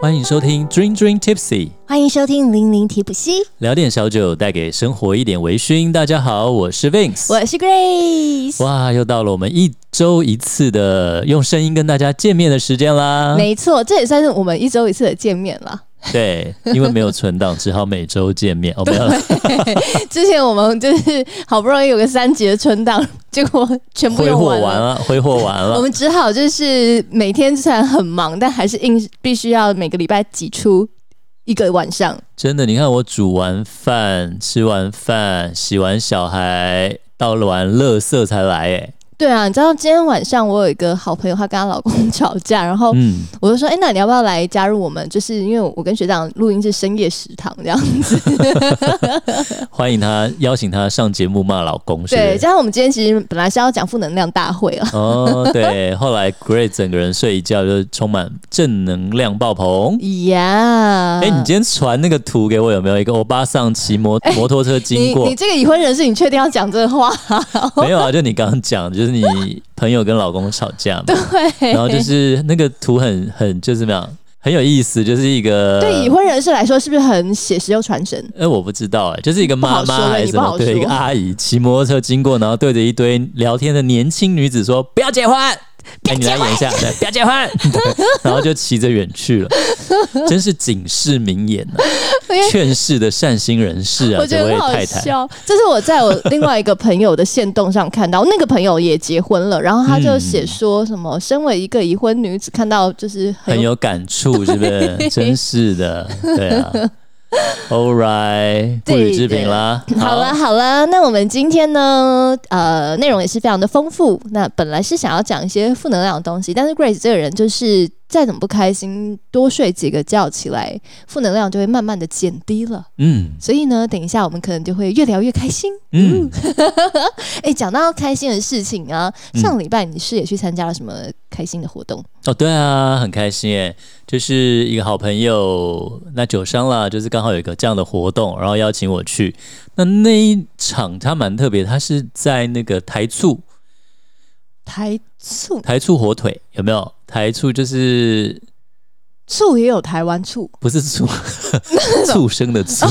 欢迎收听 Dream Dream Tipsy，欢迎收听《零零提普西》，聊点小酒，带给生活一点微醺。大家好，我是 Vince，我是 Grace。哇，又到了我们一周一次的用声音跟大家见面的时间啦。没错，这也算是我们一周一次的见面了。对，因为没有存档，只好每周见面。哦，不 要了， 之前我们就是好不容易有个三集的存档，结果全部挥用霍完完了。了，挥霍完我了。们只好就是每天虽然很忙，但还是硬必须要每个礼拜挤出一个晚上。真的，你看我煮完饭、吃完饭、洗完小孩、倒了完垃圾才来、欸，对啊，你知道今天晚上我有一个好朋友，她跟她老公吵架，然后嗯，我就说：“哎、那你要不要来加入我们？就是因为我跟学长录音是深夜食堂这样。”欢迎他，邀请他上节目骂老公，是不对，是？加上我们今天其实本来是要讲负能量大会 啊，哦，对，后来 Gray 整个人睡一觉就充满正能量爆 棚。呀、哎、你今天传那个图给我，有没有一个欧巴桑骑摩摩托车经 你过？你这哦个已婚人士，你确定要讲这话？没有啊，就你刚刚讲，就是你朋友跟老公吵架嘛， 对，然后就是那个图很很就是怎么样，很有意思，就是一个对已婚人士来说，是不是很写实又传神？哎、我不知道哎、就是一个妈不妈好说还是什你不么，好说对，一个阿姨骑摩托车经过，然后对着一堆聊天的年轻女子说：“不要结婚，哎，你来演一下，对，不要结婚。 对”然后就骑着远去了，真是警示名言 啊，因为劝世的善心人士啊，我觉这得位很好太太，笑，这是我在我另外一个朋友的线动上看到，那 个朋友也结婚了，然后他嗯就写说什么，身为一个已婚女子，看到就是很很有感触，是不 是？真是的，对啊。All right，不予置评啦。 好啊了好了，那我们今天呢，呃，内容也是非常的丰富。那本来是想要讲一些负能量的东西，但是 Grace 这个人就是再怎么不开心，多睡几个觉起来，负能量就会慢慢的减低了。嗯所以呢，等一下我们可能就会越聊越开 心。嗯，哎，讲到开心的事情啊，嗯上礼拜你是也去参加了什么开心的活动？哦，对啊，很开心诶，就是一个好朋友，那酒商啦，就是刚好有一个这样的活动，然后邀请我去。那那一场他蛮特别，他是在那个台醋台醋台醋火腿有没有？台醋就是醋也有台湾醋，不是醋畜生的醋，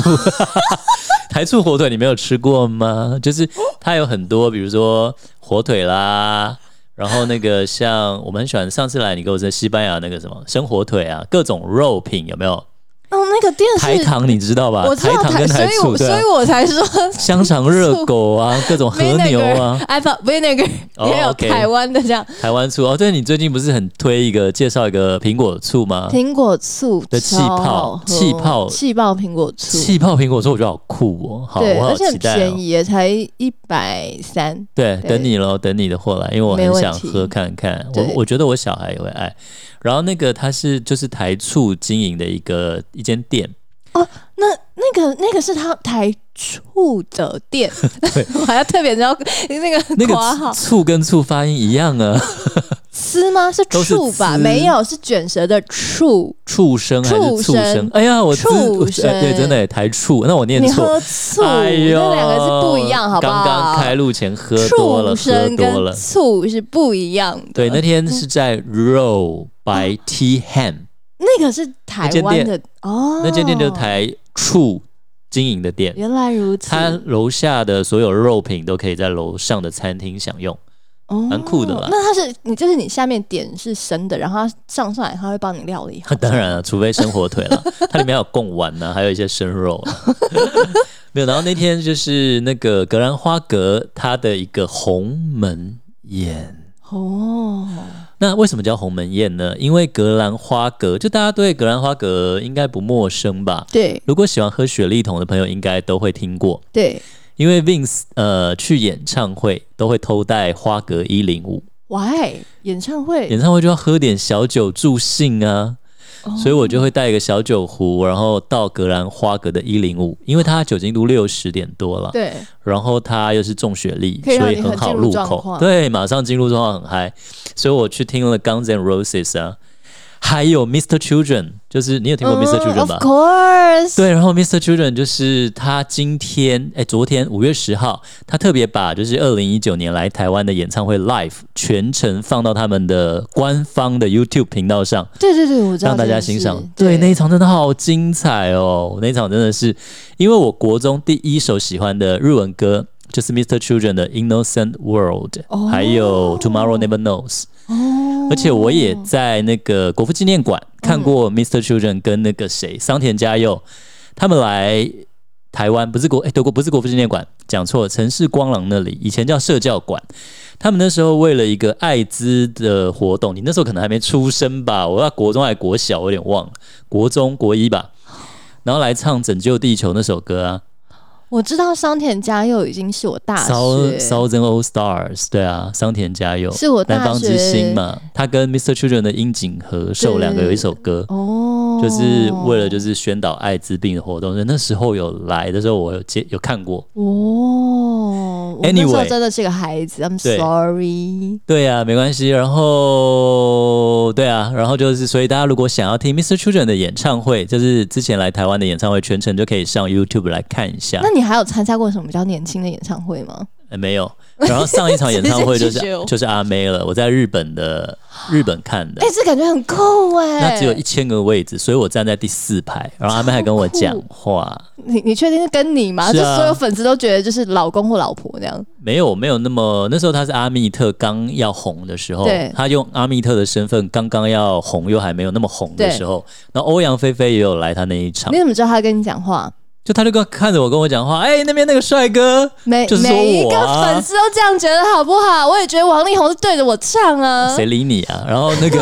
台醋火腿你没有吃过吗？就是它有很多，比如说火腿啦，然后那个像我们很喜欢上次来你给我在西班牙那个什么生火腿啊，各种肉品有没有？哦，那个店 台是。糖你知道吧？我知道糖跟所台以醋我对所啊以，我才说香肠热狗啊，各种和牛啊， i p h o n e vinegar 哦也有 OK 台湾的这样台湾醋哦。对，你最近不是很推一个介绍一个苹果醋吗？苹果醋的啊气泡超好喝气泡气泡苹果醋，气泡苹果醋我觉得好酷哦，好，对，我好而且期很待便哦。宜耶，才一百三。对，对等你喽，等你的货来，因为我没很问想题喝看看。我对我觉得我小孩也会爱。然后那个它是就是台醋经营的一个一间店，那那个那个是他台醋的 店， 我还要特别知道那个那括号个醋跟醋发音一样啊，丝吗？是都是醋丝吧？没有，是卷舌的醋。畜生还畜是畜生生？哎呀，我知畜我知哎对，生真的台醋，那我念你错。喝醋，哎呦，那两个是不一样，好不好？刚刚开录前喝多了，畜喝生多跟了。醋是不一样的。对，那天是在 Row by T Ham、那个是台那湾间的哦，那间店就是台醋经营的店，原来如此，它楼下的所有肉品都可以在楼上的餐厅享用。 哦蛮酷的啦那它是你就是你下面点是生的，然后它上上来，它会帮你料理好。当然了，啊除非生火腿 了，它里面还有贡丸呢、还有一些生肉、啊。 没有，然后那天就是那个格兰花格它的一个鸿门宴。哦，那为什么叫鸿门宴呢？因为格兰花格，就大家对格兰花格应该不陌生吧？对如果喜欢喝雪莉桶的朋友，应该都会听过。对，因为 Vince 呃去演唱会都会偷带花格一零五，喂，演唱会演唱会就要喝点小酒助兴啊，哦所以我就会带一个小酒壶，然后到格兰花格的一零五，因为它酒精度六十点多了，对然后它又是重雪莉，可以让所你以很好很进入入状口，况对，马上进入状况很嗨，所以我去听了 Guns N' Roses 啊，还有 Mr. Children，就是你有听过 Mr. Children 吧？嗯呃 Of course，对，然后 Mr. Children 就是他今天，哎，昨天五月十号，他特别把就是二零一九年来台湾的演唱会 live 全程放到他们的官方的 YouTube 频道上，对对对，我知道让大这家件欣事赏。对对，那一场真的好精彩哦！那一场真的是，因为我国中第一首喜欢的日文歌就是 Mr. Children 的《Innocent World》，哦还有《Tomorrow Never Knows》。哦，嗯而且我也在那个国父纪念馆看过 Mr. Children 跟那个谁桑田佳佑他们来台湾，不是国哎、德国不是国父纪念馆，讲错了，城市光廊那里以前叫社教馆。他们那时候为了一个艾滋的活动，你那时候可能还没出生吧？我要国中还是国小，我有点忘了，国中国一吧。然后来唱《拯救地球》那首歌啊我知道桑田佳佑已经啊是我大学， ，Thousand Old Stars，对啊，桑田佳佑，是我南哦大方学之星嘛，他跟 Mr. Children 的樱井和寿两个有一首歌，哦，就是为了就是宣导艾滋病的活动。那时候有来的时候，我有接有看过。哦，我那时候 Anyway 真的是个孩子，I'm 对 sorry。对啊，没关系。然后对啊，然后就是所以大家如果想要听 Mr. Children 的演唱会，就是之前来台湾的演唱会，全程就可以上 YouTube 来看一下那。你还有参加过什么比较年轻的演唱会吗？呃没有。然后上一场演唱会就 直是接拒绝我就是阿妹了，我在日本的日本看的哎、。这感觉很酷哎、那只有一千个位置，所以我站在第四排，然后阿妹还跟我讲话，你你确定是跟你吗？是就啊所有粉丝都觉得就是老公或老婆那样。没有没有那么那时候他是阿密特刚要红的时候对，他用阿密特的身份刚刚要红又还没有那么红的时候，然后欧阳菲菲也有来他那一场你，怎么知道他跟你讲话？就他就跟看着我跟我讲话，哎、那边那个帅哥，每、就是说每一我个啊粉丝都这样觉得好不好？我也觉得王力宏是对着我唱啊。谁理你啊？然后那个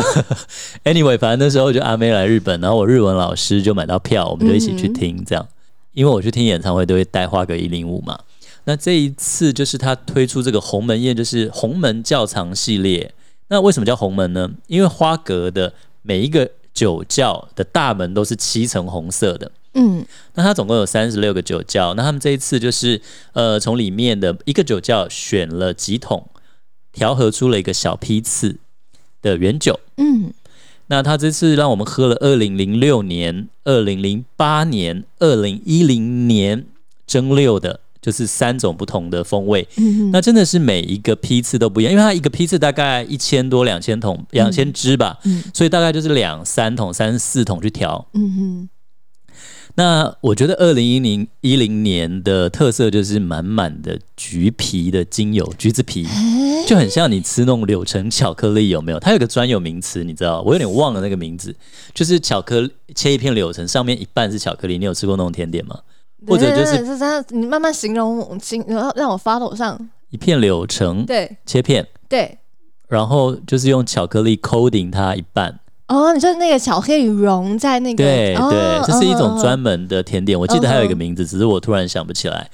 anyway，反正那时候就阿妹来日本，然后我日文老师就买到票，我们就一起去听这样。因为我去听演唱会都会带花格一零五嘛，那这一次就是他推出这个鸿门宴，就是鸿门教堂系列。那为什么叫鸿门呢？因为花格的每一个酒窖的大门都是漆成红色的，嗯，那它总共有三十六个酒窖，那他们这一次就是呃，从里面的一个酒窖选了几桶，调和出了一个小批次的原酒。嗯，那他这次让我们喝了二零零六年、二零零八年、二零一零年蒸馏的，就是三种不同的风味。嗯那真的是每一个批次都不一样，因为它一个批次大概一千多、两千桶、两千支吧，嗯所以大概就是两三桶、三四桶去调。嗯那我觉得二零一零一零年的特色就是满满的橘皮的精油，橘子皮哎就很像你吃那种柳橙巧克力，有没有？它有个专有名词，你知道？我有点忘了那个名字，就是巧克力切一片柳橙，上面一半是巧克力。你有吃过那种甜点吗？或者就是是这样，你慢慢形容我，形然后让我 follow 上。一片柳橙对切片，对，然后就是用巧克力 coating 它一半。哦，你说那个巧克力融在 那个，对哦对，这是一种专哦门的甜点，我记得还有一个名字，只是我突然想不起来。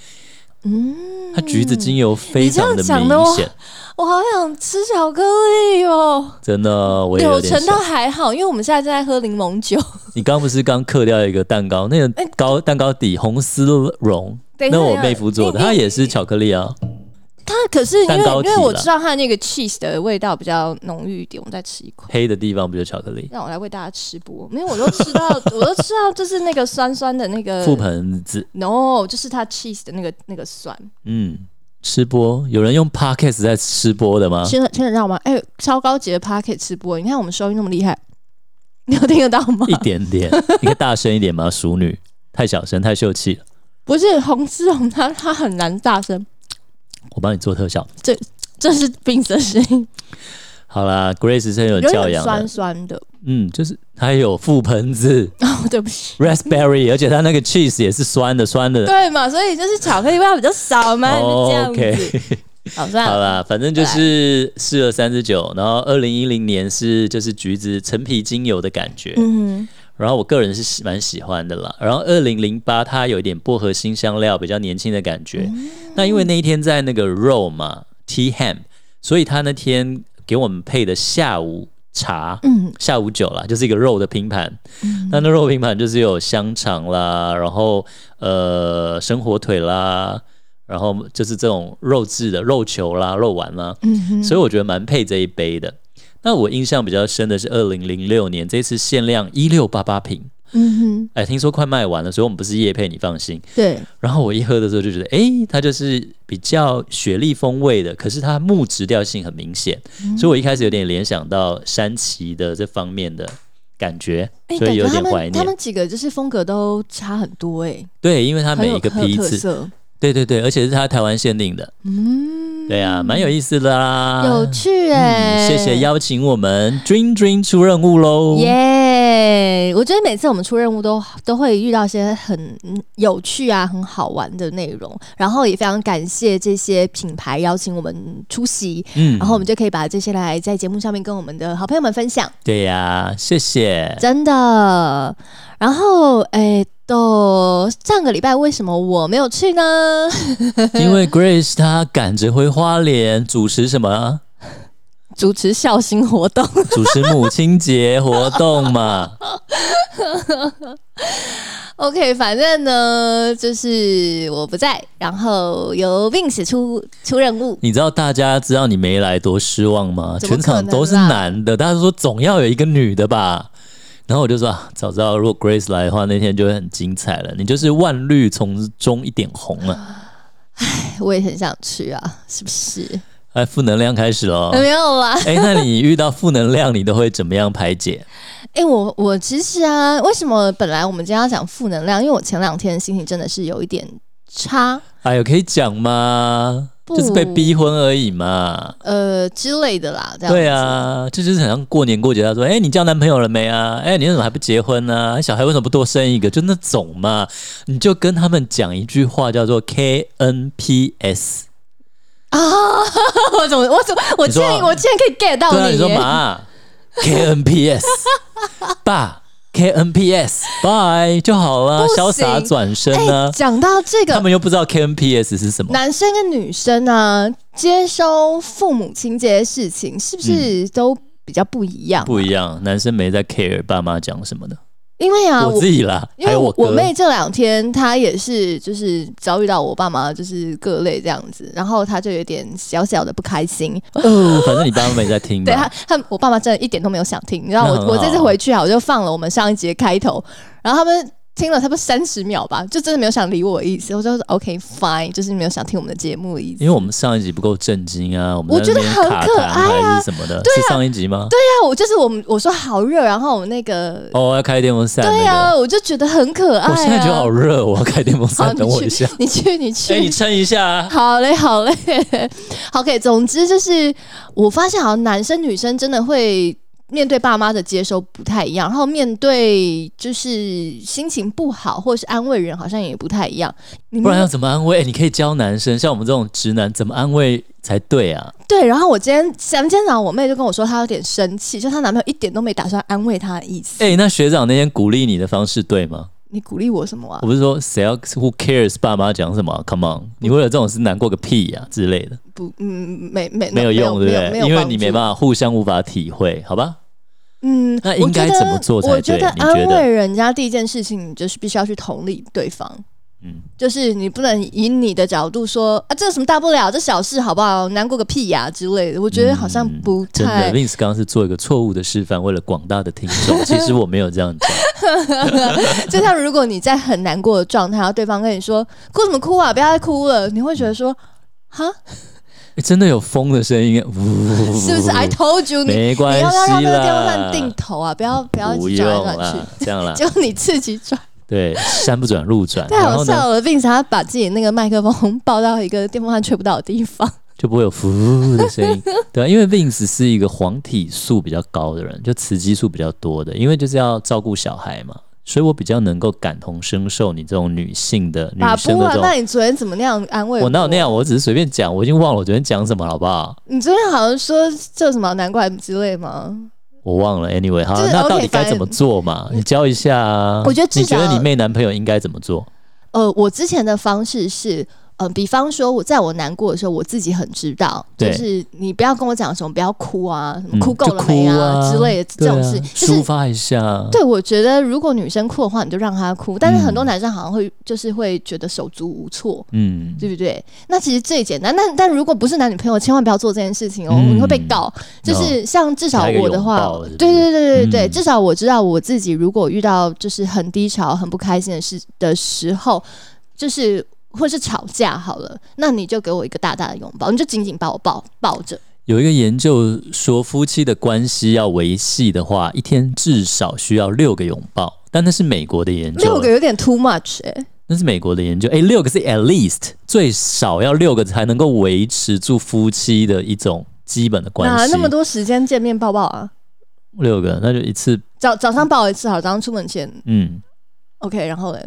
嗯，它橘子精油非常你的这样讲的明话显，我好想吃巧克力哦。真的，我也有柳点橙想倒。还好，因为我们现在正在喝柠檬 酒。你刚不是刚嗑掉一个蛋糕，那个糕蛋糕底红丝绒，哎等一下那我妹夫做的，你你它也是巧克力啊。它可是因为蛋糕因体为我啦知道它那个 cheese 的味道比较浓郁一点，我再吃一块。黑的地方不就巧克力？啊让我来为大家吃播，因为我都吃 到，我都吃到就是那个酸酸的那个覆盆子， ，no，就是它 cheese 的那个那个酸。嗯，吃播有人用 podcast 在吃播的吗？真的真的让吗？哎、超高级的 Pocket 吃播，你看我们收音那么厉害，你有听得到吗一？点点，你可以大声一点吗？熟女太小声，太秀气了，不是红丝绒，它它很难大声，我帮你做特效。这是病的声音，好啦，Grace 是很有有教点养酸的，酸的。 嗯，就是它有覆盆子哦，对不起， raspberry，而且它那个 cheese 也是酸的，酸的。 对嘛，所以就是巧克力味道比较少嘛，哦就这样子。 OK，好，算好了，啦，反正就是试了三支酒，然后二零一零年是就是橘子陈皮精油的感觉，嗯哼，然后我个人是喜蛮喜欢的啦。然后二零零八它有一点薄荷新香料，比较年轻的感觉。哦那因为那一天在那个 Row 嘛 T Ham，所以他那天给我们配的下午茶，嗯，下午酒啦，就是一个肉的拼盘。那那肉拼盘就是有香肠啦，然后呃生火腿啦，然后就是这种肉质的肉球啦、肉丸啦，啊嗯哼，所以我觉得蛮配这一杯的。那我印象比较深的是二零零六年这次限量一六八八瓶，嗯哎，听说快卖完了，所以我们不是夜配，你放心。哼，对，然后我一喝的时候就觉得，哎，它就是比较雪莉风味的，可是它木质调性很明显，嗯所以我一开始有点联想到山崎的这方面的感觉，哎，所感以觉有他点怀们他念们。几个就是风格都差很多哎、对，因为它很每有一个很有批特次，色，对对对，而且是它台湾限定的，嗯，对啊，蛮有意思的啦。有趣哎、啊嗯谢谢邀请我们 Dream Dream 出任务喽。耶我觉得每次我们出任务都都会遇到一些很有趣啊、很好玩的内容，然后也非常感谢这些品牌邀请我们出席，嗯然后我们就可以把这些来在节目上面跟我们的好朋友们分享，对呀、谢 谢。真的。然后，哎，到上个礼拜为什么我没有去 呢？因为 Grace 她赶着回花莲主持什么 啊？主持孝心活 动，主持母亲节活动嘛。 OK，反正呢，就是我不在，然后由 Vince 出出任务。你知道大家知道你没来多失望吗？怎么全可能啊场都是男的，大家说总要有一个女的吧。然后我就说啊，早知道如果 Grace 来的话，那天就会很精彩了。你就是万绿丛中一点红啊了。哎我也很想去啊，是不是？哎，负能量开始了。没有啊啦，哎，那你遇到负能量，你都会怎么样排解？哎、我我其实啊，为什么本来我们今天要讲负能量？因为我前两天心情真的是有一点差，哎呦，可以讲吗？不就是被逼婚而已嘛。呃之类的啦，这样子对，啊，这就是很像过年过节，他说：“哎、你交男朋友了没啊？哎、你为什么还不结婚呢、啊？小孩为什么不多生一个？”就那种嘛，你就跟他们讲一句话，叫做 KNPS。 我怎么我怎么我你竟说然我竟然可以 get 到对啊，你啊你说耶，妈 KNPS，爸 KNPS，拜就好了，不行潇洒转身哎、呢、讲到这他个，们又不知道 KNPS 是什么。男生跟女生呢、接收父母亲这些事情，是不是都比较不一样？嗯不一样，男生没在 care 爸妈讲什么的，因为啊，我自己啦，因还为有我哥。妹这两天她也是就是遭遇到我爸妈就是各类这样子，然后她就有点小小的不开心。哦， 反正你爸妈没在听对她吧？，她我爸妈真的一点都没有想听。你知道我那很好我这次回去啊，我就放了我们上一节开头，然后他们。听了差不多三十秒吧，就真的没有想理我的意思。我就说 OK fine，就是没有想听我们的节目的意思。因为我们上一集不够震惊啊，我们我觉得在那边卡很可痰爱啊还是什么的，是上一集吗？对，对啊，我就是我们我说好热，然后我们那个、哦，我要开电风扇。对那啊，我就觉得很可爱、个，啊。我现在觉得好热，我要开电风好，扇，你等我去一下。你去你去，哎，你撑一下啊。 好嘞，好嘞，OK。总之就是，我发现好像男生女生真的会面对爸妈的接收不太一样，然后面对就是心情不好或是安慰人，好像也不太一样。你不然要们怎么安慰？哎你可以教男生，像我们这种直男，怎么安慰才对啊？对，然后我今天咱们今天早上我妹就跟我说，她有点生气，就她男朋友一点都没打算安慰她的意思。哎，那学长那天鼓励你的方式对吗？你鼓励我什么啊我？不是说谁要 who cares 爸妈讲什么啊？Come on，你为了这种事难过个屁呀之类的，不，嗯，没没没有用，对没有不对？没有，因为你没法。办法互相无法体会，好吧？嗯，那我应该觉得怎么做才我觉对得你安觉得慰人家第一件事情，你就是必须要去同理对方。嗯就是你不能以你的角度说啊，这有什么大不了，这小事好不好？难过个屁呀、之类的。我觉得好像不嗯真太的。Vince 刚刚是做一个错误的示范，为了广大的听 众，其实我没有这样讲。就像如果你在很难过的状态，然后对方跟你说哭什么哭啊，不要再哭了，你会觉得说哈，诶哎真的有风的声音，呜是不是？I told you，你没你关要不要让系那个电风扇啦，定头啊？不要不要一不直转用来转去啦。， 这样啦，结果你自己转，对，山不转路转，太然好后呢笑了。并且他把自己那个麦克风 抱到一个电风扇吹不到的地方，就不会有呜的声音， 对啊，因为 Vince 是一个黄体素比较高的人，就雌激素比较多的，因为就是要照顾小孩嘛，所以我比较能够感同身受你这种女性的女打生不的啊这？那种。你昨天怎么那样安慰我哪有那样？我只是随便讲，我已经忘了我昨天讲什么了，好不好？你昨天好像说这什么难怪之类吗？我忘了，anyway，好，啊就是那 OK，到底该怎么做嘛？你教一下啊。我觉得至你觉得少你妹男朋友应该怎么做？呃，我之前的方式是嗯，比方说我在我难过的时候，我自己很知道，就对是你不要跟我讲什么不要哭啊，什嗯么哭够就了没哭之类的这种对啊事，就是抒发一下。啊对，我觉得如果女生哭的话，你就让她哭。但是很多嗯男生好像会就是会觉得手足无措，嗯，对不对？那其实最简单。但但如果不是男女朋友，千万不要做这件事情哦，嗯哦你会被告。就是像至少加一个我的拥话抱是不是，对对对对对，嗯至少我知道我自己如果遇到就是很低潮、很不开心的事的时候，就是。或是吵架好了，那你就给我一个大大的拥抱，你就紧紧把我抱抱着。有一个研究说，夫妻的关系要维系的话，一天至少需要六个拥抱。但那是美国的研究，啊六个有点 too much 哎、那是美国的研究。诶，六个是 at least 最少要六个才能够维持住夫妻的一种基本的关哪系。那么多时间见面抱抱啊？六个，那就一次，早早上抱一次，好，早上出门前嗯， OK，然后嘞，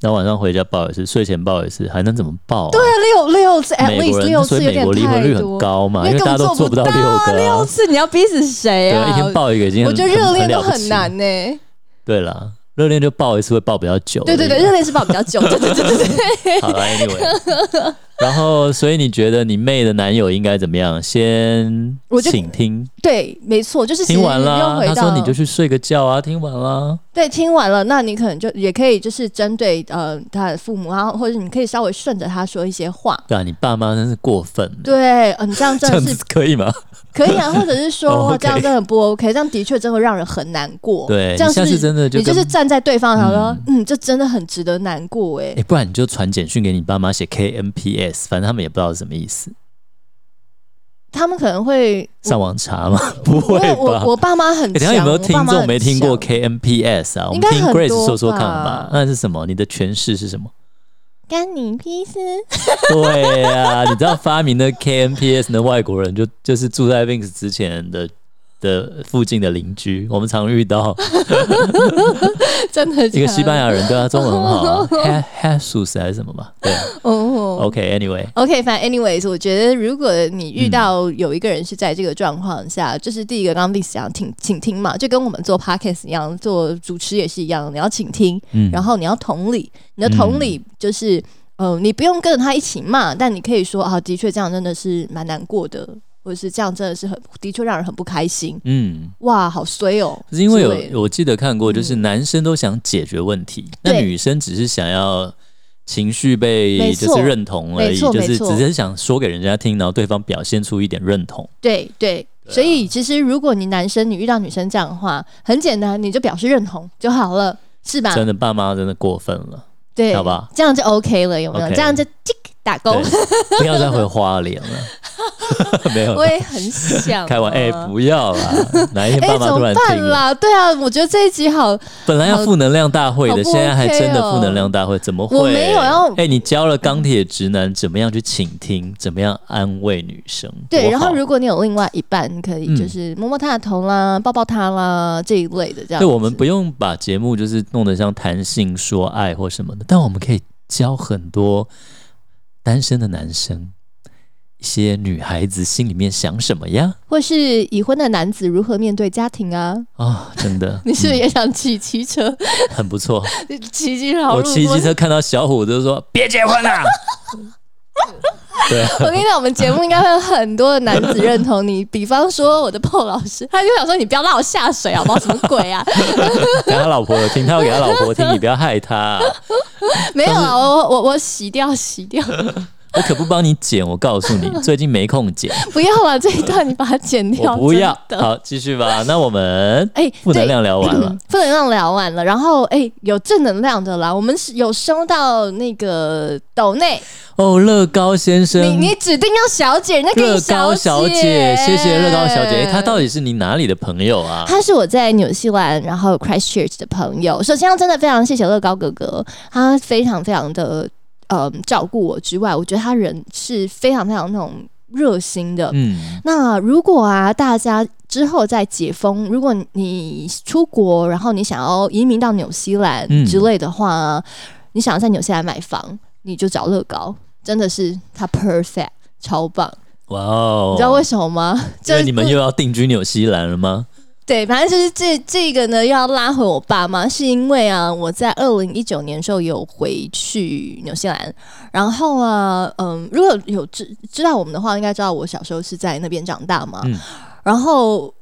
然后晚上回家抱一次，睡前抱一次，还能怎么抱、啊？对啊，六六次，at 美 least 国人六所次以美有点国离婚太率很多，高嘛，因因为为根大本家都做做不到六个、啊，六次你要逼死谁对啊，一天抱一个已经我很觉得热恋都很了不很起难呢、对啦，热恋就抱一次会抱比较久。对对对，热恋是抱比 较久，对对对对对。好了，anyway。然 后，所以你觉得你妹的男友应该怎么样？先我就请听，对，没错，就是其实听完又啦。回他到说你就去睡个觉啊，听完啦。对，听完了，那你可能就也可以就是针对呃他的父母，然后或者你可以稍微顺着他说一些话。对啊，你爸妈真是过分了，对，嗯、你这样 这真样的是子可以吗？可以啊，或者 是说、哦，OK 这样真的不 OK，这样的确真的会让人很难过。对，这样你下是不次是真的就你就跟是站在对方，然后说，嗯，这真的很值得难过哎、哎，不然你就传简讯给你爸妈，写 KMPS，反正他们也不知道是什么意思，他们可能会，上网查吗？不会因为吧欸我？我爸妈很诶等强，一下有没有我爸听妈众很没听过强 KMPS 啊？我们应该听很 Grace 多说说看吧吧，那是什么？你的诠释是什 么？干你屁事？ 对呀、你知道发明的 KNPS 的外国人就就是住在 Vince 之前的的附近的邻居，我们常遇到真的一个西班牙牙人，对他中文很好、 啊，Ha Jesus 还是什么吧？对哦。 ，OK，Anyway，、 OK，反正 anyways，我觉得如果你遇嗯到有一个人是在这个状况下，就是第一个刚刚 v i 讲请请听嘛，就跟我们做 podcast 一样，做主持也是一样，你要倾听，嗯，然后你要同理，你的同理就是，嗯、你不用跟着他一起骂，但你可以说啊，的确这样真的是蛮难过的，或者是这样真的是很的确让人很不开心，嗯，哇，好衰哦，是因为之类的有我记得看过，就是男生都想解决问题，那嗯对女生只是想要。情绪没被就错是认同而没已，错就是没错只是想说给人家听，然后对方表现出一点认同。对对。啊所以其实如果你男生你遇到女生这样的话，很简单，你就表示认同就好了，是吧？真的，爸妈真的过分了，对，好吧，这样就 OK 了，有没有 OK 这样就 tick 打勾，对，不要再回花莲了， 没有啦我也很想、啊。开玩哎、不要啦！ 哪一天哎、爸妈怎突么然办听了，啦？对啊，我觉得这一集好，本来要负能量大会好的，不现在还 OK 真的哦负能量大会，怎么会？我没有要哎、你教了钢铁直男怎么样去倾听，怎么样安慰女生，对。多然后好如果你有另外一半，你可以嗯就是摸摸他的头啦，抱抱他啦这一类的，这样子。对我们不用把节目就是弄得像谈性说爱或什么的，但我们可以教很多单身的男生，一些女孩子心里面想什么呀？或是已婚的男子如何面对家庭啊？，啊、真的 你是不是也想骑骑车？ 嗯很不错。骑骑好我入骑座机车看到小虎就说 别结婚 啦、对啊，我跟你讲，我们节目应该会有很多的男子认同你。比方说我的 PO 老师，他就想说你不要拉我下水好不好？什么鬼 啊？给他老婆有听，他要给他老婆听，你不要害他、 没有啊，我我我洗掉洗 掉，我可不帮你剪，我告诉 你，最近没空剪，不要了这一段你把它剪掉，我不要。真的。好，继续吧。那我们哎、负能对量聊完了 嗯，负能量聊完了，然后哎、有正能量的啦。我们是有收到那个抖内，哦，乐高先你生，你指定要哎小姐，人家给你乐高小姐，谢谢乐高小姐。哎，她到底？底是你哪里的朋友啊？他是我在纽西兰，然后 Christchurch 的朋友。首先，要真的非常谢谢乐高哥哥，他非常非常的嗯照顾我之外，我觉得他人是非常非常那种热心的。嗯，那如果啊，大家之后再解封，如果你出国，然后你想要移民到纽西兰嗯之类的话、你想要在纽西兰买房，你就找乐高，真的是它 perfect。超棒！哇哦，你知道为什么吗？因就为是你们又要定居纽西兰了吗？对，反正就是这这个呢，又要拉回我爸妈，是因为啊，我在二零一九年的时候有回去纽西兰，然后啊，嗯，如果有知知道我们的话，应该知道我小时候是在那边长大嘛，嗯然后。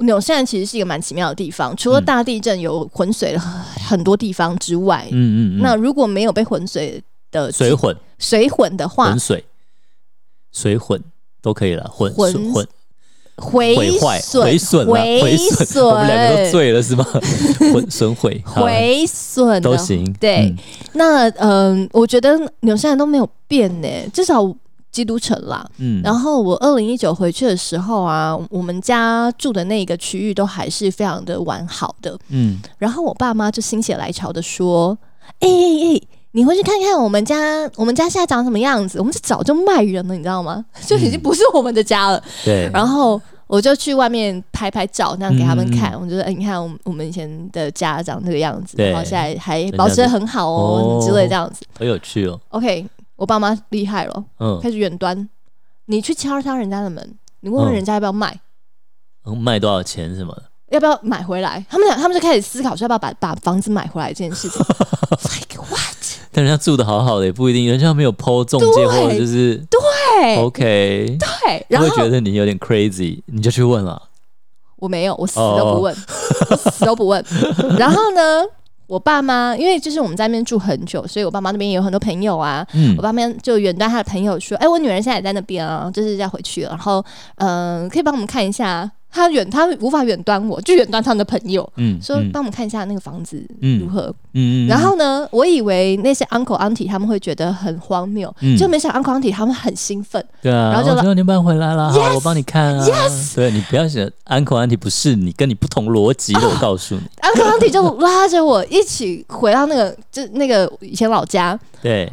纽西兰其实是一个蛮奇妙的地方，除了嗯大地震有浑水了很多地方之外，嗯嗯嗯，那如果没有被浑水的水混水混的话混，水水混都可以了，混混水混毁毁坏毁损啦毁毁损，损，我们两个都醉了是吗？ 混损 毁好啊毁损的都行，对嗯那嗯、我觉得纽西兰都没有变呢、至少基督城啦。嗯，然后我二零一九回去的时候啊，我们家住的那个区域都还是非常的完好的。嗯然后我爸妈就心血来潮的说：“哎哎哎，你回去看看我们家，我们家现在长什么样子？我们这早就卖人了，你知道吗？ 就已经不是我们的家了。嗯对，然后我就去外面拍拍照，那样给他们看。我觉得，哎、你看我们我们以前的家长那个样子，嗯对然后现在还保持的很好哦，哦之类这样子。好有趣哦， OK，我爸妈厉害了，嗯开始远端，你去敲敲人家的门，你问问嗯人家要不要卖。嗯，卖多少钱什么的，要不要买回来？他们俩，他们就开始思考说要不要把把房子买回来这件 事情。like what？但人家住的好好的也不一定，人家没有抛中介对或者就是对 OK，对，哦他然后会觉得你有点 crazy，你就去问了，我没有，我死哦都不问，我死都 不问。然后呢，我爸妈因为就是我们在那边住很久，所以我爸妈那边也有很多朋友啊。嗯我爸妈就远端他的朋友说：“哎、我女儿现在也在那边啊，就是要回去了，然后嗯、呃可以帮我们看一下。”他远，他无法远端我，就远端他们的朋友，嗯说嗯帮我们看一下那个房子嗯如何。嗯嗯，然后呢，我以为那些 uncle auntie 他们会觉得很荒谬，嗯就没想到 uncle auntie 他们很兴奋。对啊，然后就哦来最后你搬回来了，好，我帮你看啊。 yes 对你不要想 uncle auntie 不是你，跟你不同逻辑的， 我告诉你。 uncle auntie 就拉着我一起回到那个，就那个以前老家。对，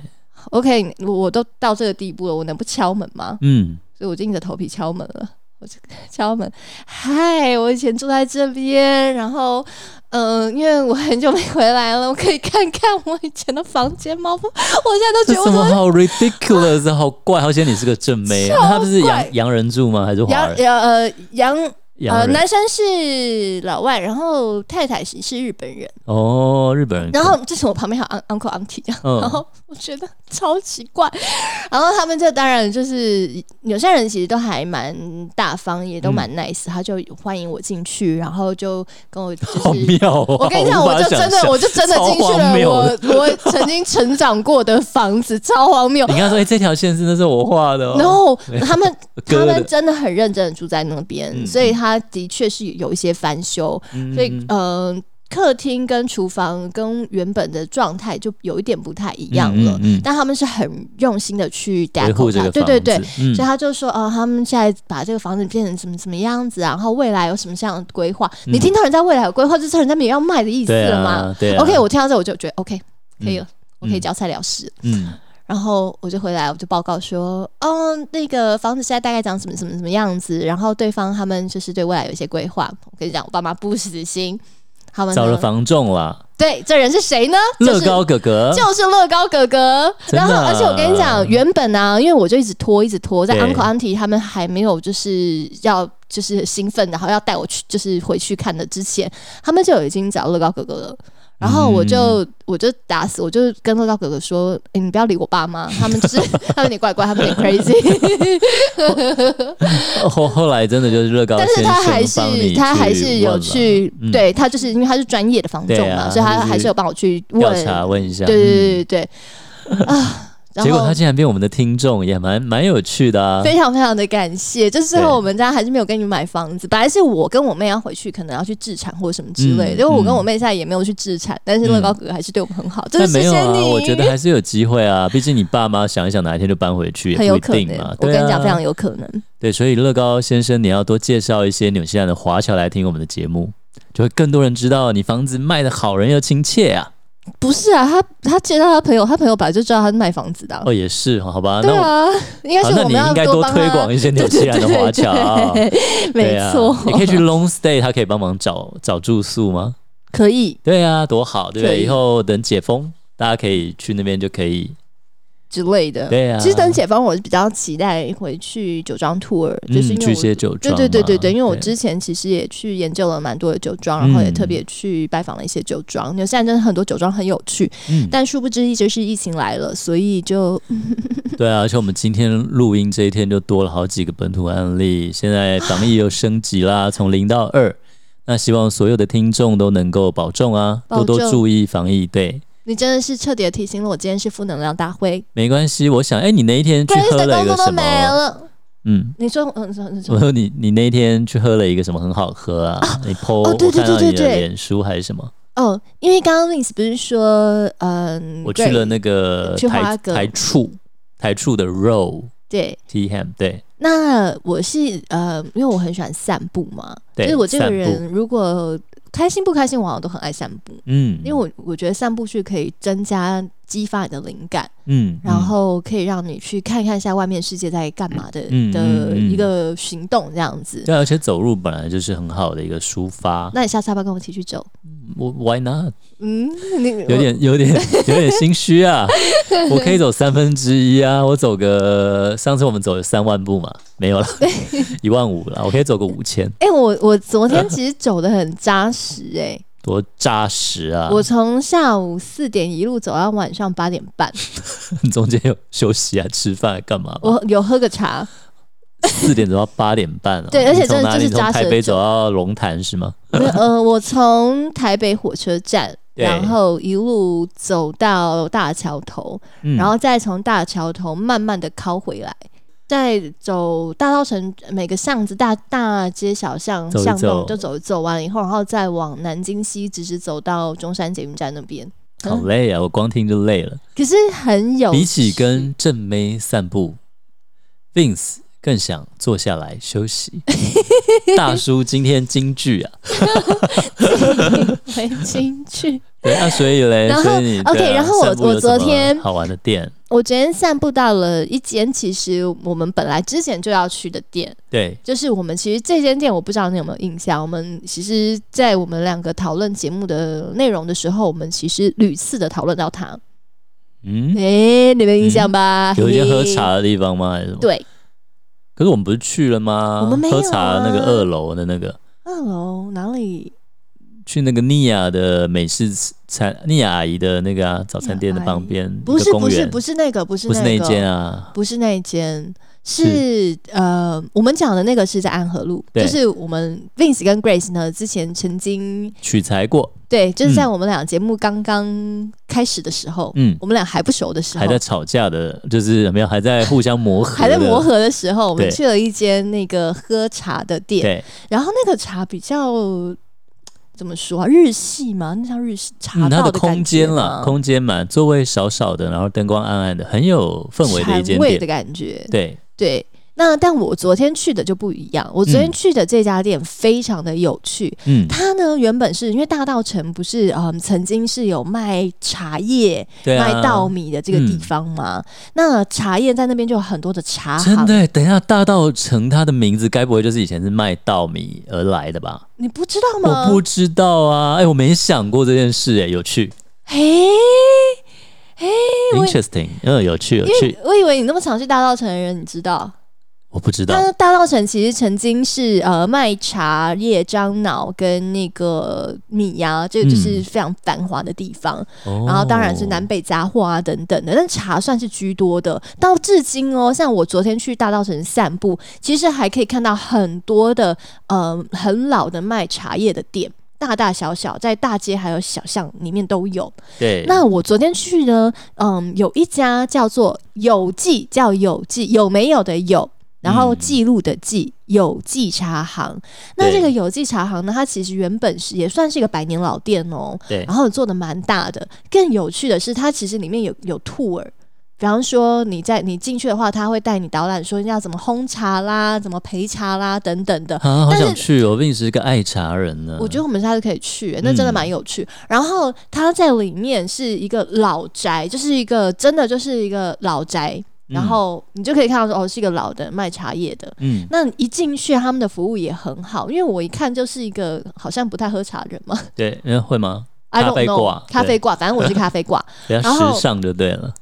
OK，我我都到这个地步了，我能不敲门吗？嗯，所以我就硬着头皮敲门了。 我就敲门，嗨，我以前住在这边，然后，嗯、因为我很久没回来了，我 可以看看我以前的房间吗？我现在这都觉得怎我么好 ridiculous，好怪，好险你是个正妹啊。超那他不是怪洋洋人住吗？还是华杨人？杨呃杨呃洋人男生是老外，然后太太是是日本人，哦，日本人。然后就是我旁边还有 un- uncle auntie 这样，嗯然后我觉得超奇怪， 然后他们就当然就是纽西兰人其实都还蛮大方，也都蛮嗯 nice，、他就欢迎我进去，然后就跟我就是。好妙哦！我跟你讲，无我法就真想的，象我就真的进去超荒了谬我我曾经成长过的房子，超荒谬你。刚刚说，哎，这条线是那是我画的哦。然后他们他 割们的，真的很认真的住在那边，嗯所以他的确是有一些翻修，嗯所以嗯、呃客厅跟厨房跟原本的状态就有一点不太一样了。嗯嗯嗯但他们是很用心的去维 deco 护这它，个对对对房。子，嗯所以他就说，呃，他们现在把这个房子变成什么什么样子啊，然后未来有什么样的规划？你嗯听到人家未来有规划，就是人家没有要卖的意思对了吗、啊，对啊 o k 我听到这我就觉得 OK，可以了，我可以嗯交差了事。嗯然后我就回来，我就报告说，嗯，那个房子现在大概长什么什么什么样子，然后对方他们就是对未来有一些规划。我跟你讲，我爸妈不死心，他们呢找了房仲啦，对这人是谁呢？啊就乐是高哥哥，就是乐高哥哥。嗯真的啊然后，而且我跟你讲，原本呢、因为我就一直拖，一直拖，在对 uncle auntie 他们还没有就是要就是兴奋，然后要带我去就是回去看的之前，他们就已经找乐高哥哥了。然后我就、嗯我就打死我就跟乐高哥哥说：“诶你不要理我爸妈， 他们就是他们有点怪怪，他们有点 crazy。 后后来真的就是乐高但先是生他帮还你去是问了，他还是有去，嗯对他就是因为他是专业的房仲对嘛，啊所以他他就是还是有帮我去问。调查问一下，嗯对对对对对、啊！然后结果他竟然变我们的听众，也蛮蛮有趣的啊。非常 非常的感谢，就是最后对我们家还是没有跟你买房子，本来是我跟我妹要回去，可能要去置产或什么之类的，嗯因为我跟我妹现在也没有去置产，但是乐高哥哥还是对我们很好，真的但谢没有谢啊，你。我觉得还是有机会啊，毕竟你爸妈想一想，哪一天就搬回去也很有不一可定能，嘛。我对跟你讲，啊非常有可能。对，所以乐高先生，你要多介绍一些纽西兰的华侨来听我们的节目，就会更多人知道你房子卖的好，人又亲切啊。不是啊，他他接到他朋友，他朋友本来就知道他是卖房子的啊、哦，也是，好吧，对那我。啊，应该好，是那我你们要应该多帮推广他。一 些纽西兰的华侨啊，对对对对没啊错，你可以去 long stay，他可以帮忙找找住宿吗？可以对啊，多好，对不可以对？以后等解封，大家可以去那边就可以之类的。对啊呃其实等解放，我比较期待回去酒庄 tour，就是因嗯，为巨我蟹酒对庄嘛，对对对对，因为我之前其实也去研究了蛮多的酒庄，然后也特别去拜访了一些酒庄。纽西兰真的很多酒庄很有趣，嗯但殊不知一直是疫情来了，所以就对啊，而且我们今天录音这一天就多了好几个本土案例，现 在防疫又升级啦，从零到二。那希望所有的听众都能够保重啊，保多重多注意防疫。对，你真的是彻底的提醒了我，今天是负能量大会，没关系。我想，哎、你那一天去 Grace 喝了的一工个作什都没么？了。嗯，你说，嗯，你说，你我说，说你你那一天去喝了一个什么很好喝啊？你 PO、哦对对我看到对对你的对脸书还是什么？哦，因为刚刚 Vince 不是说，嗯，我去了 Grace，那个去花台阁台处台处的 Row 对， T Ham，对那我是呃，因为我很喜欢散步嘛，对就是我这个散步人如果开心不开心，我好像都很爱散步，嗯，因为我我觉得散步是可以增加激发你的灵感，嗯，然后可以让你去看看一下外面世界在干嘛的、嗯嗯的嗯一个行动这样子。对啊，而且走路本来就是很好的一个抒发。那你下次要不要跟我一起去走？我 Why not？嗯，你有点有点有点心虚啊！我可以走三分之一啊，我走个上次我们走了三万步嘛，没有了，一万五了，我可以走个五千，哎、我我昨天其实走的很扎实哎、多扎实 啊！我从下午四点一路走到晚上八点半， 中间有休息啊，吃饭啊干嘛吧？我有喝个茶，四点走到八点半啊！ 对而且你从真的哪里就是扎从台实北的走到龙潭是吗？没有呃，我从台北火车站，对然后一路走到大桥头，嗯然后再从大桥头慢慢的靠回来，再走大稻城每个巷子、大大街小巷、走一巷弄走就走走完以后，然后再往南京西直直走到中山捷运站那边。好累嗯啊，我光听就累了。可是很有比起跟正妹散步，Vince 更想坐下来休 息。大叔今天京剧啊， 回京剧，对啊，所以嘞，然后所以你 OK，对啊然后我散步有我昨什么天好玩的店，我昨天散步到了一间其实我们本来之前就要去的店，对，就是我们其实这间店，我不知道你有没有印象。我们其实，在我们两个讨论节目的内容的时候，我们其实屡次的讨论到它。 嗯，诶，哎你们印象吧？有一些嘿喝茶。的地方吗？还是什么？对，可是我们不是去了吗？我们没有啊喝茶那个二楼的那个，二楼哪里？去那个尼亚的美式餐，尼亚阿姨的那个啊早餐店的尼亚阿姨旁边，不一是，个公不是，园不是那个，不是不是那那一个，间啊，不是那一间，是呃，我们讲的那个是在安和路，对就是我们 Vince 跟 Grace 呢，之前曾经取材过，对，就是在嗯我们俩节目刚刚开始的时候，嗯，我们俩还不熟的时候，还在吵架的，就是没有还在互相磨合，还在磨。合的时候，我们对去了一间那个喝茶的店，对，然后那个茶比较怎么说啊？日系吗？那叫日系茶嗯，它道的感觉空间啦，吗空间嘛，座位少少的，然后灯光暗暗的，很有氛围的一间禅味店的。感觉。对，对，那但我昨天去的就不一样，我昨天嗯去的这家店非常的有趣。嗯，它呢原本是因为大道城不是嗯曾经是有卖茶叶、对啊，嗯卖稻米的这个地方吗？那茶叶在那边就有很多的茶真行，的耶，等一下，大道城它的名字该不会就是以前是卖稻米而来的吧？你不知道吗？我不知道啊，哎、我没想过这件事，哎，有趣嘿，我，interesting，嗯，有趣，有因趣为，我以为你那么常去大稻城的人，你知道，我不知道，但大稻城其实曾经是呃卖茶叶、樟脑跟那个米呀、这个就是嗯非常繁华的地方。哦然后当然是南北杂货啊等等的，但茶算是居多的。到至今哦，像我昨天去大稻城散步，其实还可以看到很多的呃很老的卖茶叶的店。大大小小，在大街还有小巷里面都有。对，那我昨天去呢，嗯，有一家叫做有记，叫有记，有没有的有，然后嗯记录的记，有记茶行。那对这个有记茶行呢，它其实原本是也算是一个百年老店哦，对然后做的蛮大的。更有趣的是，它其实里面有有 tour。比方说，你在你进去的话，他会带你导览，说要怎么烘茶啦，怎么焙茶啦，等等的。啊，好但是想去哦，并是个爱茶人呢，我觉得我们下次可以去、那真的蛮有趣。然后它在里面是一个老宅，就是一个真的就是一个老宅，嗯然后你就可以看到说哦，是一个老的卖茶叶的。嗯，那一进去，他们的服务也很好，因为我一看就是一个好像不太喝茶的人嘛对，嗯，会吗？ ，I 咖 don't 啡 know，挂 咖啡挂，反正我是咖啡挂。比较然后时尚就对了，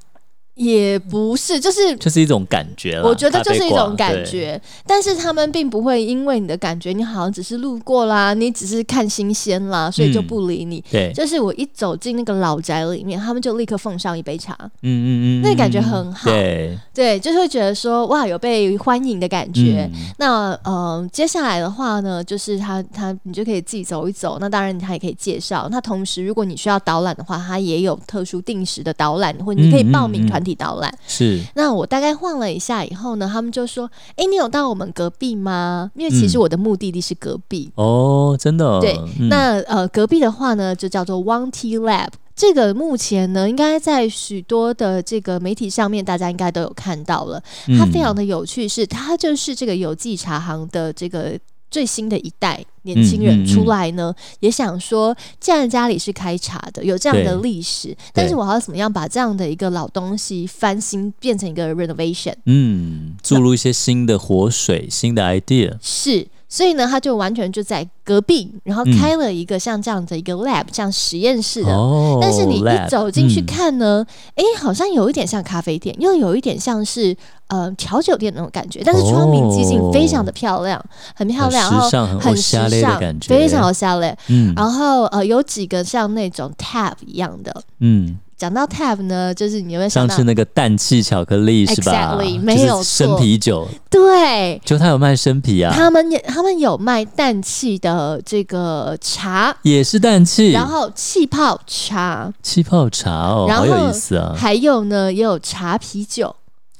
也不是，就是就是一种感觉啦我觉得咖就啡是一馆种感对觉，但是他们并不会因为你的感觉，你好像只是路过啦，你只是看新鲜啦，所以就嗯不理你。对，就是我一走进那个老宅里面，他们就立刻奉上一杯茶，嗯嗯嗯，那感觉嗯很好对，对，就是会觉得说哇，有被欢迎的感觉。嗯那呃，接下来的话呢，就是他他你就可以自己走一走。那当然，他也可以介绍。那同时，如果你需要导览的话，他也有特殊定时的导览，或你可以报嗯嗯嗯名团体导览。是那我大概晃了一下以后呢，他们就说：“诶，你有到我们隔壁吗？”因为其实嗯我的目的地是隔壁。哦，真的哦，对嗯那呃，隔壁的话呢，就叫做 One T Lab。这个目前呢，应该在许多的这个媒体上面，大家应该都有看到了。它非的常的有趣是，它就是这个有记茶行的这个最新的一代年轻人嗯嗯出来呢，也想说，既然家里是开茶的，有这样的对历史，但是我要怎么样把这样的一个老东西翻新，变成一个 renovation？嗯，注入一些新的活水、新的 idea，是。所以呢，他就完全就在隔壁，然后嗯开了一个像这样的一个 lab，、像实验室的。哦，但是你一 lab，走进去嗯看呢，诶，好像有一点像咖啡店，又有一点像是呃调酒店那种感觉，但是窗明几净，哦非常的漂亮，很漂亮，很然后时尚、很很欧夏时类的尚感，觉，非常有下类。嗯然后呃，有几个像那种 tab 一样的。嗯，讲到 tab 呢，就是你有没有想上到次？那个氮气巧克力是吧？ Exactly，就是没有生错啤酒，对，就他有卖生啤啊，他们也他们有卖氮气的这个茶，也是氮气，然后气泡茶，气泡茶哦，然好有后意思啊，还有呢也有茶啤酒。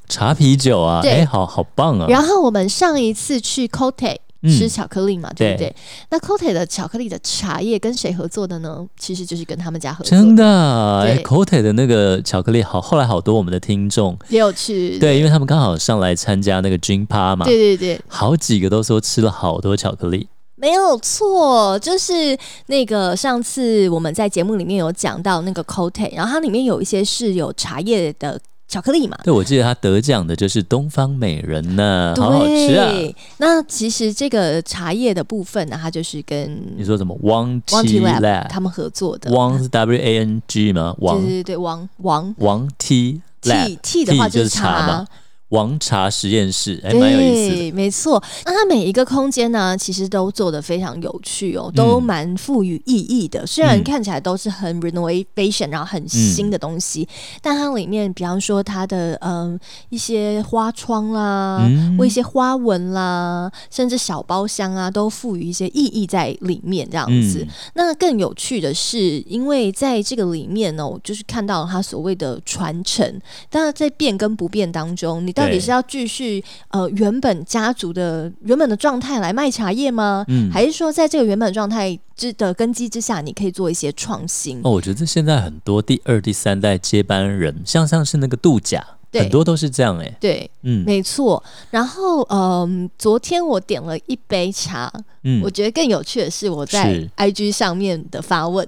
茶啤酒啊，对哎，好好棒啊，然后我们上一次去 Cote 嗯吃巧克力嘛，对不对对？那 Cote 的巧克力的茶叶跟谁合作的呢？其实就是跟他们家合作，真的啊，对哎，Cote 的那个巧克力好，后来好多我们的听众，也有去，对，因为他们刚好上来参加那个军趴嘛，对对对，好几个都说吃了好多巧克力，没有错，就是那个上次我们在节目里面有讲到那个 Cote，然后它里面有一些是有茶叶的巧克力嘛。对我记得他得奖的就是东方美人呢，好好吃啊。对，那其实这个茶叶的部分呢，它就是你跟说什么？汪 Wanty 七 Lab 他们合作的，汪是 W A N G 吗？对对王对对，王王王 T T Lab T 的话 T 就是是茶茶嘛王茶实验室，还对，哎蛮有意思的。没错，那它每一个空间呢，其实都做得非常有趣哦，都嗯蛮赋予意义的。虽然嗯看起来都是很 renovation，然后很新的东西，但它里面，比方说它的嗯一些花窗啦。嗯或一些花纹啦，甚至小包厢啊，都赋予一些意义在里面，这样子。嗯那更有趣的是，因为在这个里面呢，我就是看到它所谓的传承。但是在变跟不变当中，你到底对是要继续呃原本家族的呃原本的状态来卖茶叶吗？嗯还是说在这个原本状态之的根基之下，你可以做一些创新？哦，我觉得现在很多第二、第三代接班人，像上是那个杜甲，对很多都是这样哎、对，嗯没错。然后，嗯，昨天我点了一杯茶，嗯我觉得更有趣的是我在是 IG 上面的发问。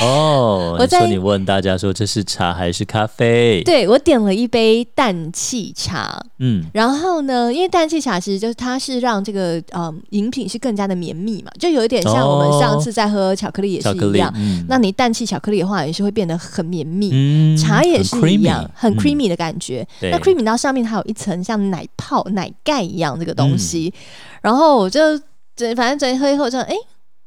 哦，我你说在你问大家说这是茶还是咖啡？，对我点了一杯氮气茶，嗯然后呢，因为氮气茶其实就是它是让这个嗯饮品是更加的绵密嘛，就有一点像我们哦上次在喝巧克力也是巧克一力样。，嗯那你氮气巧克力的话，也是会变得很绵密。嗯茶也是一样，很 creamy，嗯 creamy 的感觉。对那 creamy 到上面还有一层像奶泡、奶盖一样这个东西。嗯然后我就这反正昨天喝一口就哎、诶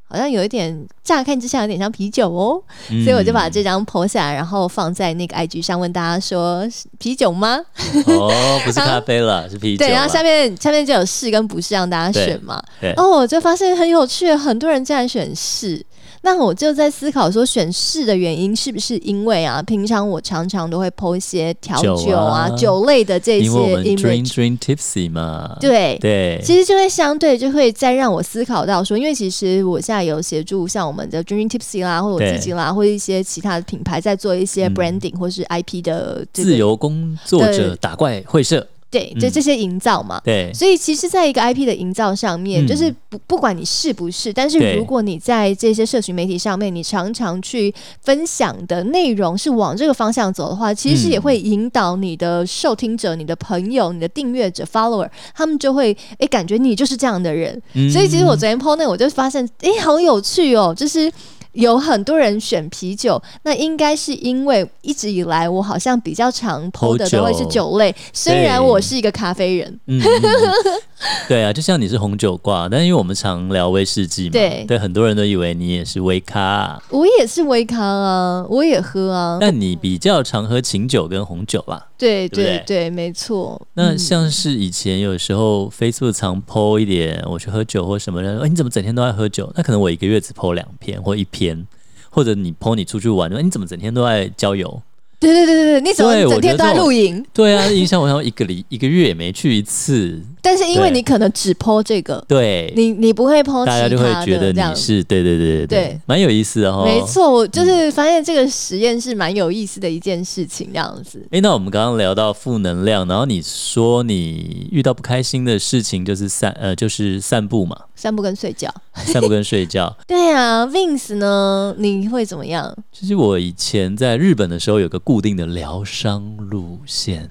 好像有一点，乍看之下有点像啤酒哦，嗯所以我就把这张剖下来，然后放在那个 IG 上问大家说是啤酒吗？哦，不是咖啡 了，是啤酒啦。对，然后下面下面就有是跟不是让大家选嘛。对哦，我就发现很有趣，很多人竟然选是。那我就在思考说，选是的原因是不是因为啊，平常我常常都会剖一些调酒啊、酒酒啊类的这些因为我们 dream image， dream tipsy 嘛，对。对，其实就会相对就会再让我思考到说，因为其实我现在有协助像我们的 Dream Tipsy 啦，或者我对自己啦，或者一些其他的品牌在做一些嗯 branding、或是 IP 的这个自由工作者对打怪会社，对，就嗯这些营造嘛。对，所以其实，在一个 IP 的营造上面，嗯就是不不管你是不是，但是对如果你在这些社群媒体上面，你常常去分享的内容是往这个方向走的话，其实嗯也会引导你的受听者、你的朋友、你的订阅者 follower，他们就会诶感觉你就是这样的人。嗯所以其实我昨天 PO 那，我就发现诶好有趣哦，就是。有很多人选啤酒，那应该是因为一直以来我好像比较常喝 PO 的都会是酒酒类，虽然我是一个咖啡人，嗯，嗯 嗯对啊，就像你是红酒挂，但因为我们常聊威士忌嘛，对很多人都以为你也是威咖，我也是微咖啊，我也喝啊，但你比较常喝琴酒跟红酒啦。对对不对对对，没错。那嗯像是以前有时候 Facebook 常 PO 一点我去喝酒或什么的，哎、你怎么整天都在喝酒？那可能我一个月只 PO 两篇或一篇，或者你 PO 你出去玩，哎你怎么整天都在郊游？对对对对对，你怎么对整我觉天得都在这种露营？对啊，影响我像一个礼一个月也没去一次，但是因为对你可能只 PO 这个，对，你你不会 PO 大其他家的就会觉得这样你是对对对对对，蛮有意思的哈。哦没错，我就是发现这个嗯实验是蛮有意思的一件事情，这样子。诶，那我们刚刚聊到负能量，然后你说你遇到不开心的事情就是散呃就是散步嘛，散步跟睡觉，散步跟睡觉。对啊，Vince 呢？你会怎么样？其实我以前在日本的时候有个固定的疗伤路线，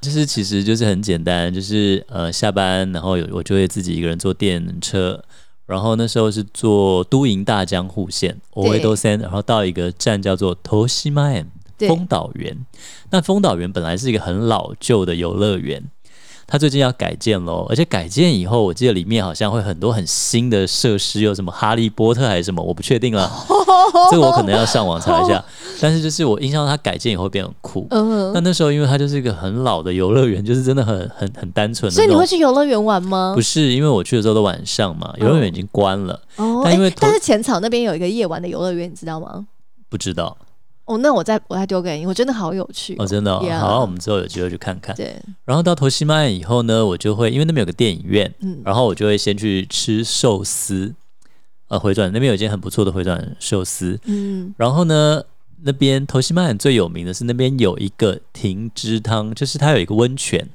就是其实就是很简单，就是呃下班然后有我就会自己一个人坐电车，然后那时候是坐都营大江户线 o e d o s e n 然后到一个站叫做 Toshimaen 对丰岛园。那丰岛园本来是一个很老旧的游乐园。它最近要改建喽，而且改建以后，我记得里面好像会很多很新的设施，有什么哈利波特还是什么，我不确定了。哦这个我可能要上网查一下。 但是就是我印象，它改建以后变很酷。嗯那哼，那时候因为它就是一个很老的游乐园，就是真的很很很单纯的所那以你种会。去游乐园玩吗不？是，因为我去的时候都晚上嘛，游乐园已经关了，哦但因为诶但是浅草那边有一个夜晚的游乐园，你知道吗？不知道哦，那我再我再丢给你，我真的好有趣哦，真的、哦。 Yeah 好，我们之后有机会去看看。对，然后到头西曼以后呢，我就会因为那边有个电影院，嗯然后我就会先去吃寿司，呃，回转那边有一间很不错的回转寿司。嗯，然后呢，那边头西曼最有名的是那边有一个停之汤，就是它有一个温泉，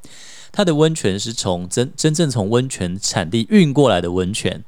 它的温泉是从真真正从温泉产地运过来的温泉。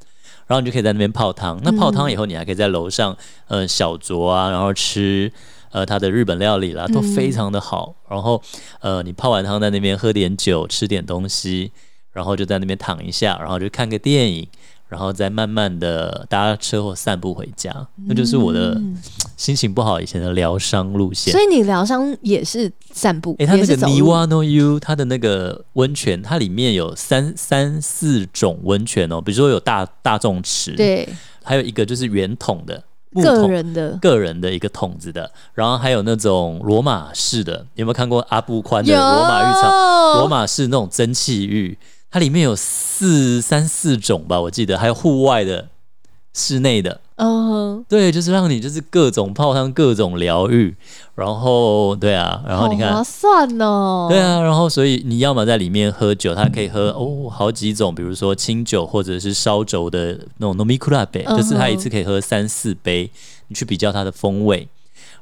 然后你就可以在那边泡汤，那泡汤以后，你还可以在楼上，呃，小酌啊，然后吃，呃，它的日本料理啦，都嗯非常的好。然后，呃，你泡完汤在那边喝点酒，吃点东西，然后就在那边躺一下，然后就看个电影，然后再慢慢的搭车或散步回家。那就是我的嗯心情不好以前的疗伤路线。所以你疗伤也是散步，诶，它那也个是走路 Niwano U，它的那个温泉，它里面有三三四种温泉哦，比如说有大大众池，，对还有一个就是圆筒的木个桶，人的个人的一个桶子的，然后还有那种罗马式的，你有没有看过阿布宽的有罗马浴场？罗马式那种蒸汽浴，它里面有四三四种吧，我记得，还有户外的、室内的，嗯哼，对，就是让你就是各种泡汤、各种疗愈，然后对啊，然后你好看划。算哦，对，啊，然后所以你要么在里面喝酒，它可以喝哦好几种，比如说清酒或者是烧酒的那种 nomikura 杯，嗯就是它一次可以喝三四杯，你去比较它的风味，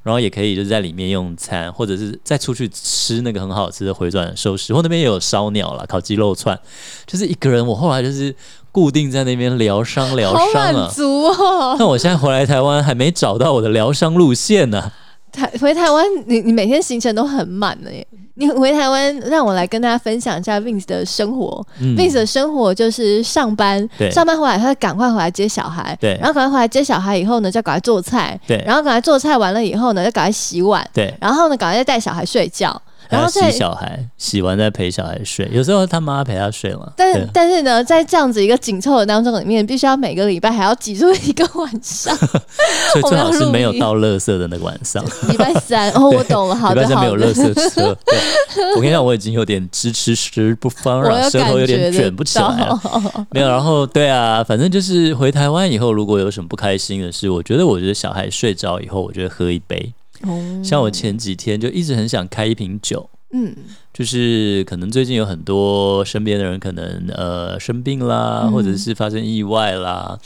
然后也可以就是在里面用餐，或者是再出去吃那个很好吃的回转寿司，或那边也有烧鸟啦、烤鸡肉串，就是一个人我后来就是固定在那边疗伤疗好伤满啊。足哦。 那我现在回来台湾还没找到我的疗伤路线呢、台回台湾，你你每天行程都很满的耶。你回台湾，让我来跟大家分享一下 Vince 的生活。嗯 Vince 的生活就是上班，对上班回来他赶快回来接小孩，对然后赶快回来接小孩以后呢，就赶快做菜，对然后赶快做菜完了以后呢，就赶快洗碗，对，然后呢，赶快再带小孩睡觉，还然要后洗再。小孩，洗完再陪小孩睡，有时候他妈陪他睡嘛。但对但是呢，在这样子一个紧凑的当中里面，必须要每个礼拜还要挤出一个晚 上，所以我们最要好是没有录音到乐色的那个晚上，礼拜三。哦，我懂了， 好礼拜的三没好有的乐。色车。对我跟你讲，我已经有点支持食不 方我了，有舌感头有觉点卷不得起来啊了。到， 没有，然后对啊，反正就是回台湾以后，如果有什么不开心的事，我觉得我觉得小孩睡着以后，我就会喝一杯。哦像我前几天就一直很想开一瓶酒，嗯，就是可能最近有很多身边的人可能呃生病啦，嗯或者是发生意外啦，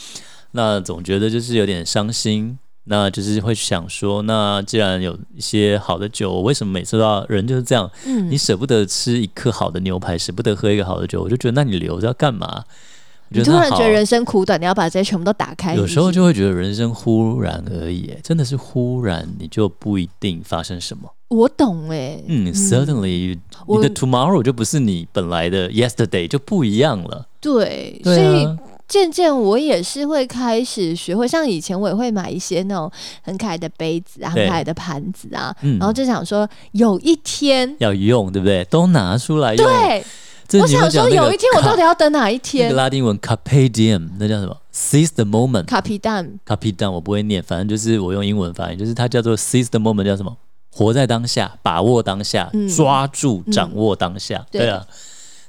那总觉得就是有点伤心，那就是会想说，那既然有一些好的酒，我为什么每次都要人就是这样？嗯你舍不得吃一颗好的牛排，舍不得喝一个好的酒，我就觉得那你留着要干嘛？我你觉得突那然好啊觉得人生苦短，你要把这些全部都打开。有是时候不是就会觉得人生忽然而已，真的是忽然，你就不一定发生什么。我懂哎，嗯，certainly，我你的 tomorrow 就不是你本来的 yesterday 就不一样了。对，所对以啊，渐渐我也是会开始学会，像以前我也会买一些那种很可爱的杯子啊，对很可爱的盘子啊，嗯然后就想说有一天，要用，对不对？都拿出来用。，对这我你会想讲说那个有一天我卡到底要等哪一那天个？拉丁文 carpe diem，那叫什么？seize the moment。卡皮蛋 carpe diem 我不会念，反正就是我用英文翻译，就是它叫做 seize the moment，叫什么？活在当下，把握当下，嗯抓住、掌握当下。对对啊，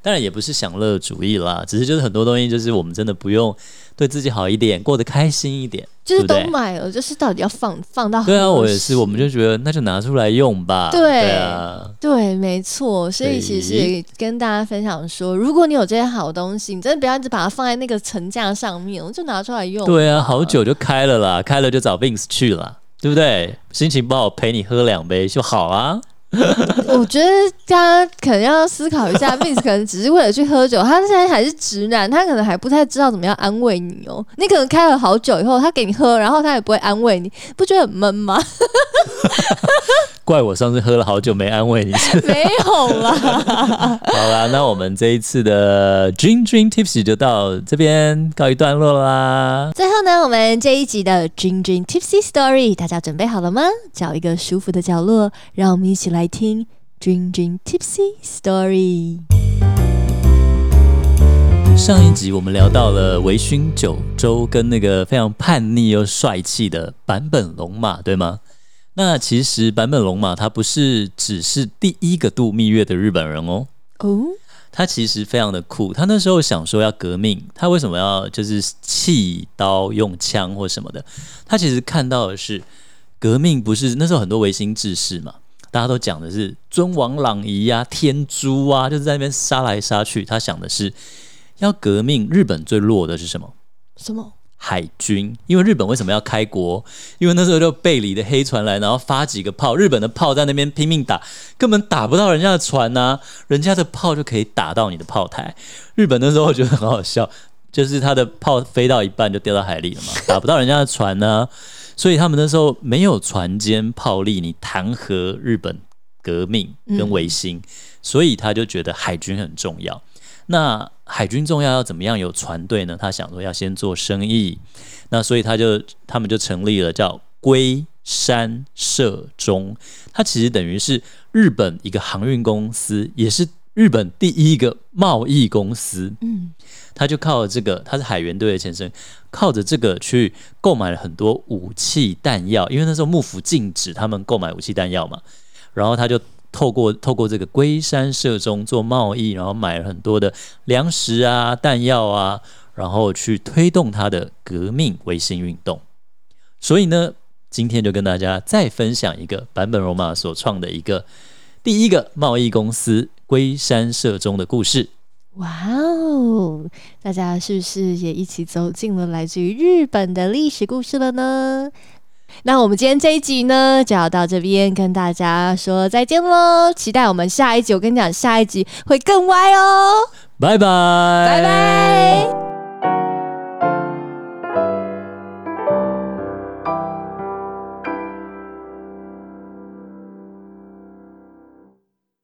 当然也不是享乐主义啦，只是就是很多东西，就是我们真的不用对自己好一点，过得开心一点。就是都对不对买了，就是到底要放放到 对啊，何我也是，时我们就觉得那就拿出来用吧。哦对啊，对，没错，所以其实对也跟大家分享说，如果你有这些好东西，你真的不要一直把它放在那个层架上面，我就拿出来用。对啊，好酒就开了啦，开了就找 Vince 去啦，对不对？心情不好陪你喝两杯就好啊。我觉得大家可能要思考一 下，Vince 可能只是为了去喝酒，他现在还是直男，他可能还不太知道怎么样安慰你哦。你可能开了好酒以后，他给你喝，然后他也不会安慰你，不觉得很闷吗？ 怪我上次喝了好久没安慰你。 没有啦，好啦，那我们这一次的 Dream Dream Tipsy 就到这边告一段落啦。最后呢，我们这一集的 Dream Dream Tipsy Story，大家准备好了吗？找一个舒服的角落，让我们一起来听 Dream Dream Tipsy Story。上一集我们聊到了微醺九州跟那个非常叛逆又帅气的坂本龙马，对吗？那其实坂本龙马他不是只是第一个度蜜月的日本人哦，哦，他其实非常的酷，他那时候想说要革命，他为什么要就是弃刀用枪或什么的？他其实看到的是革命不是那时候很多维新志士嘛，大家都讲的是尊王攘夷啊、天诛啊，就是在那边杀来杀去。他想的是要革命，日本最弱的是什么？什么？海军，因为日本为什么要开国？因为那时候就贝里的黑船来，然后发几个炮，日本的炮在那边拼命打，根本打不到人家的船呐、人家的炮就可以打到你的炮台。日本那时候我觉得很好笑，就是他的炮飞到一半就掉到海里了嘛，打不到人家的船呢、所以他们那时候没有船坚炮利，你弹劾日本革命跟维新，所以他就觉得海军很重要。那海军重要要怎么样有船队呢？他想说要先做生意，那所以他就他们就成立了叫龟山社中，它其实等于是日本一个航运公司，也是日本第一个贸易公司。嗯，他就靠这个，他是海援队的前身，靠着这个去购买了很多武器弹药，因为那时候幕府禁止他们购买武器弹药嘛，然后他就透过透过这个龟山社中做贸易，然后买了很多的粮食啊、弹药啊，然后去推动他的革命维新运动。所以呢，今天就跟大家再分享一个坂本龙马所创的一个第一个贸易公司龟山社中的故事。哇哦！大家是不是也一起走进了来自于日本的历史故事了呢？那我们今天这一集呢，就要到这边跟大家说再见喽。期待我们下一集，我跟你讲，下一集会更歪哦。拜拜，拜拜。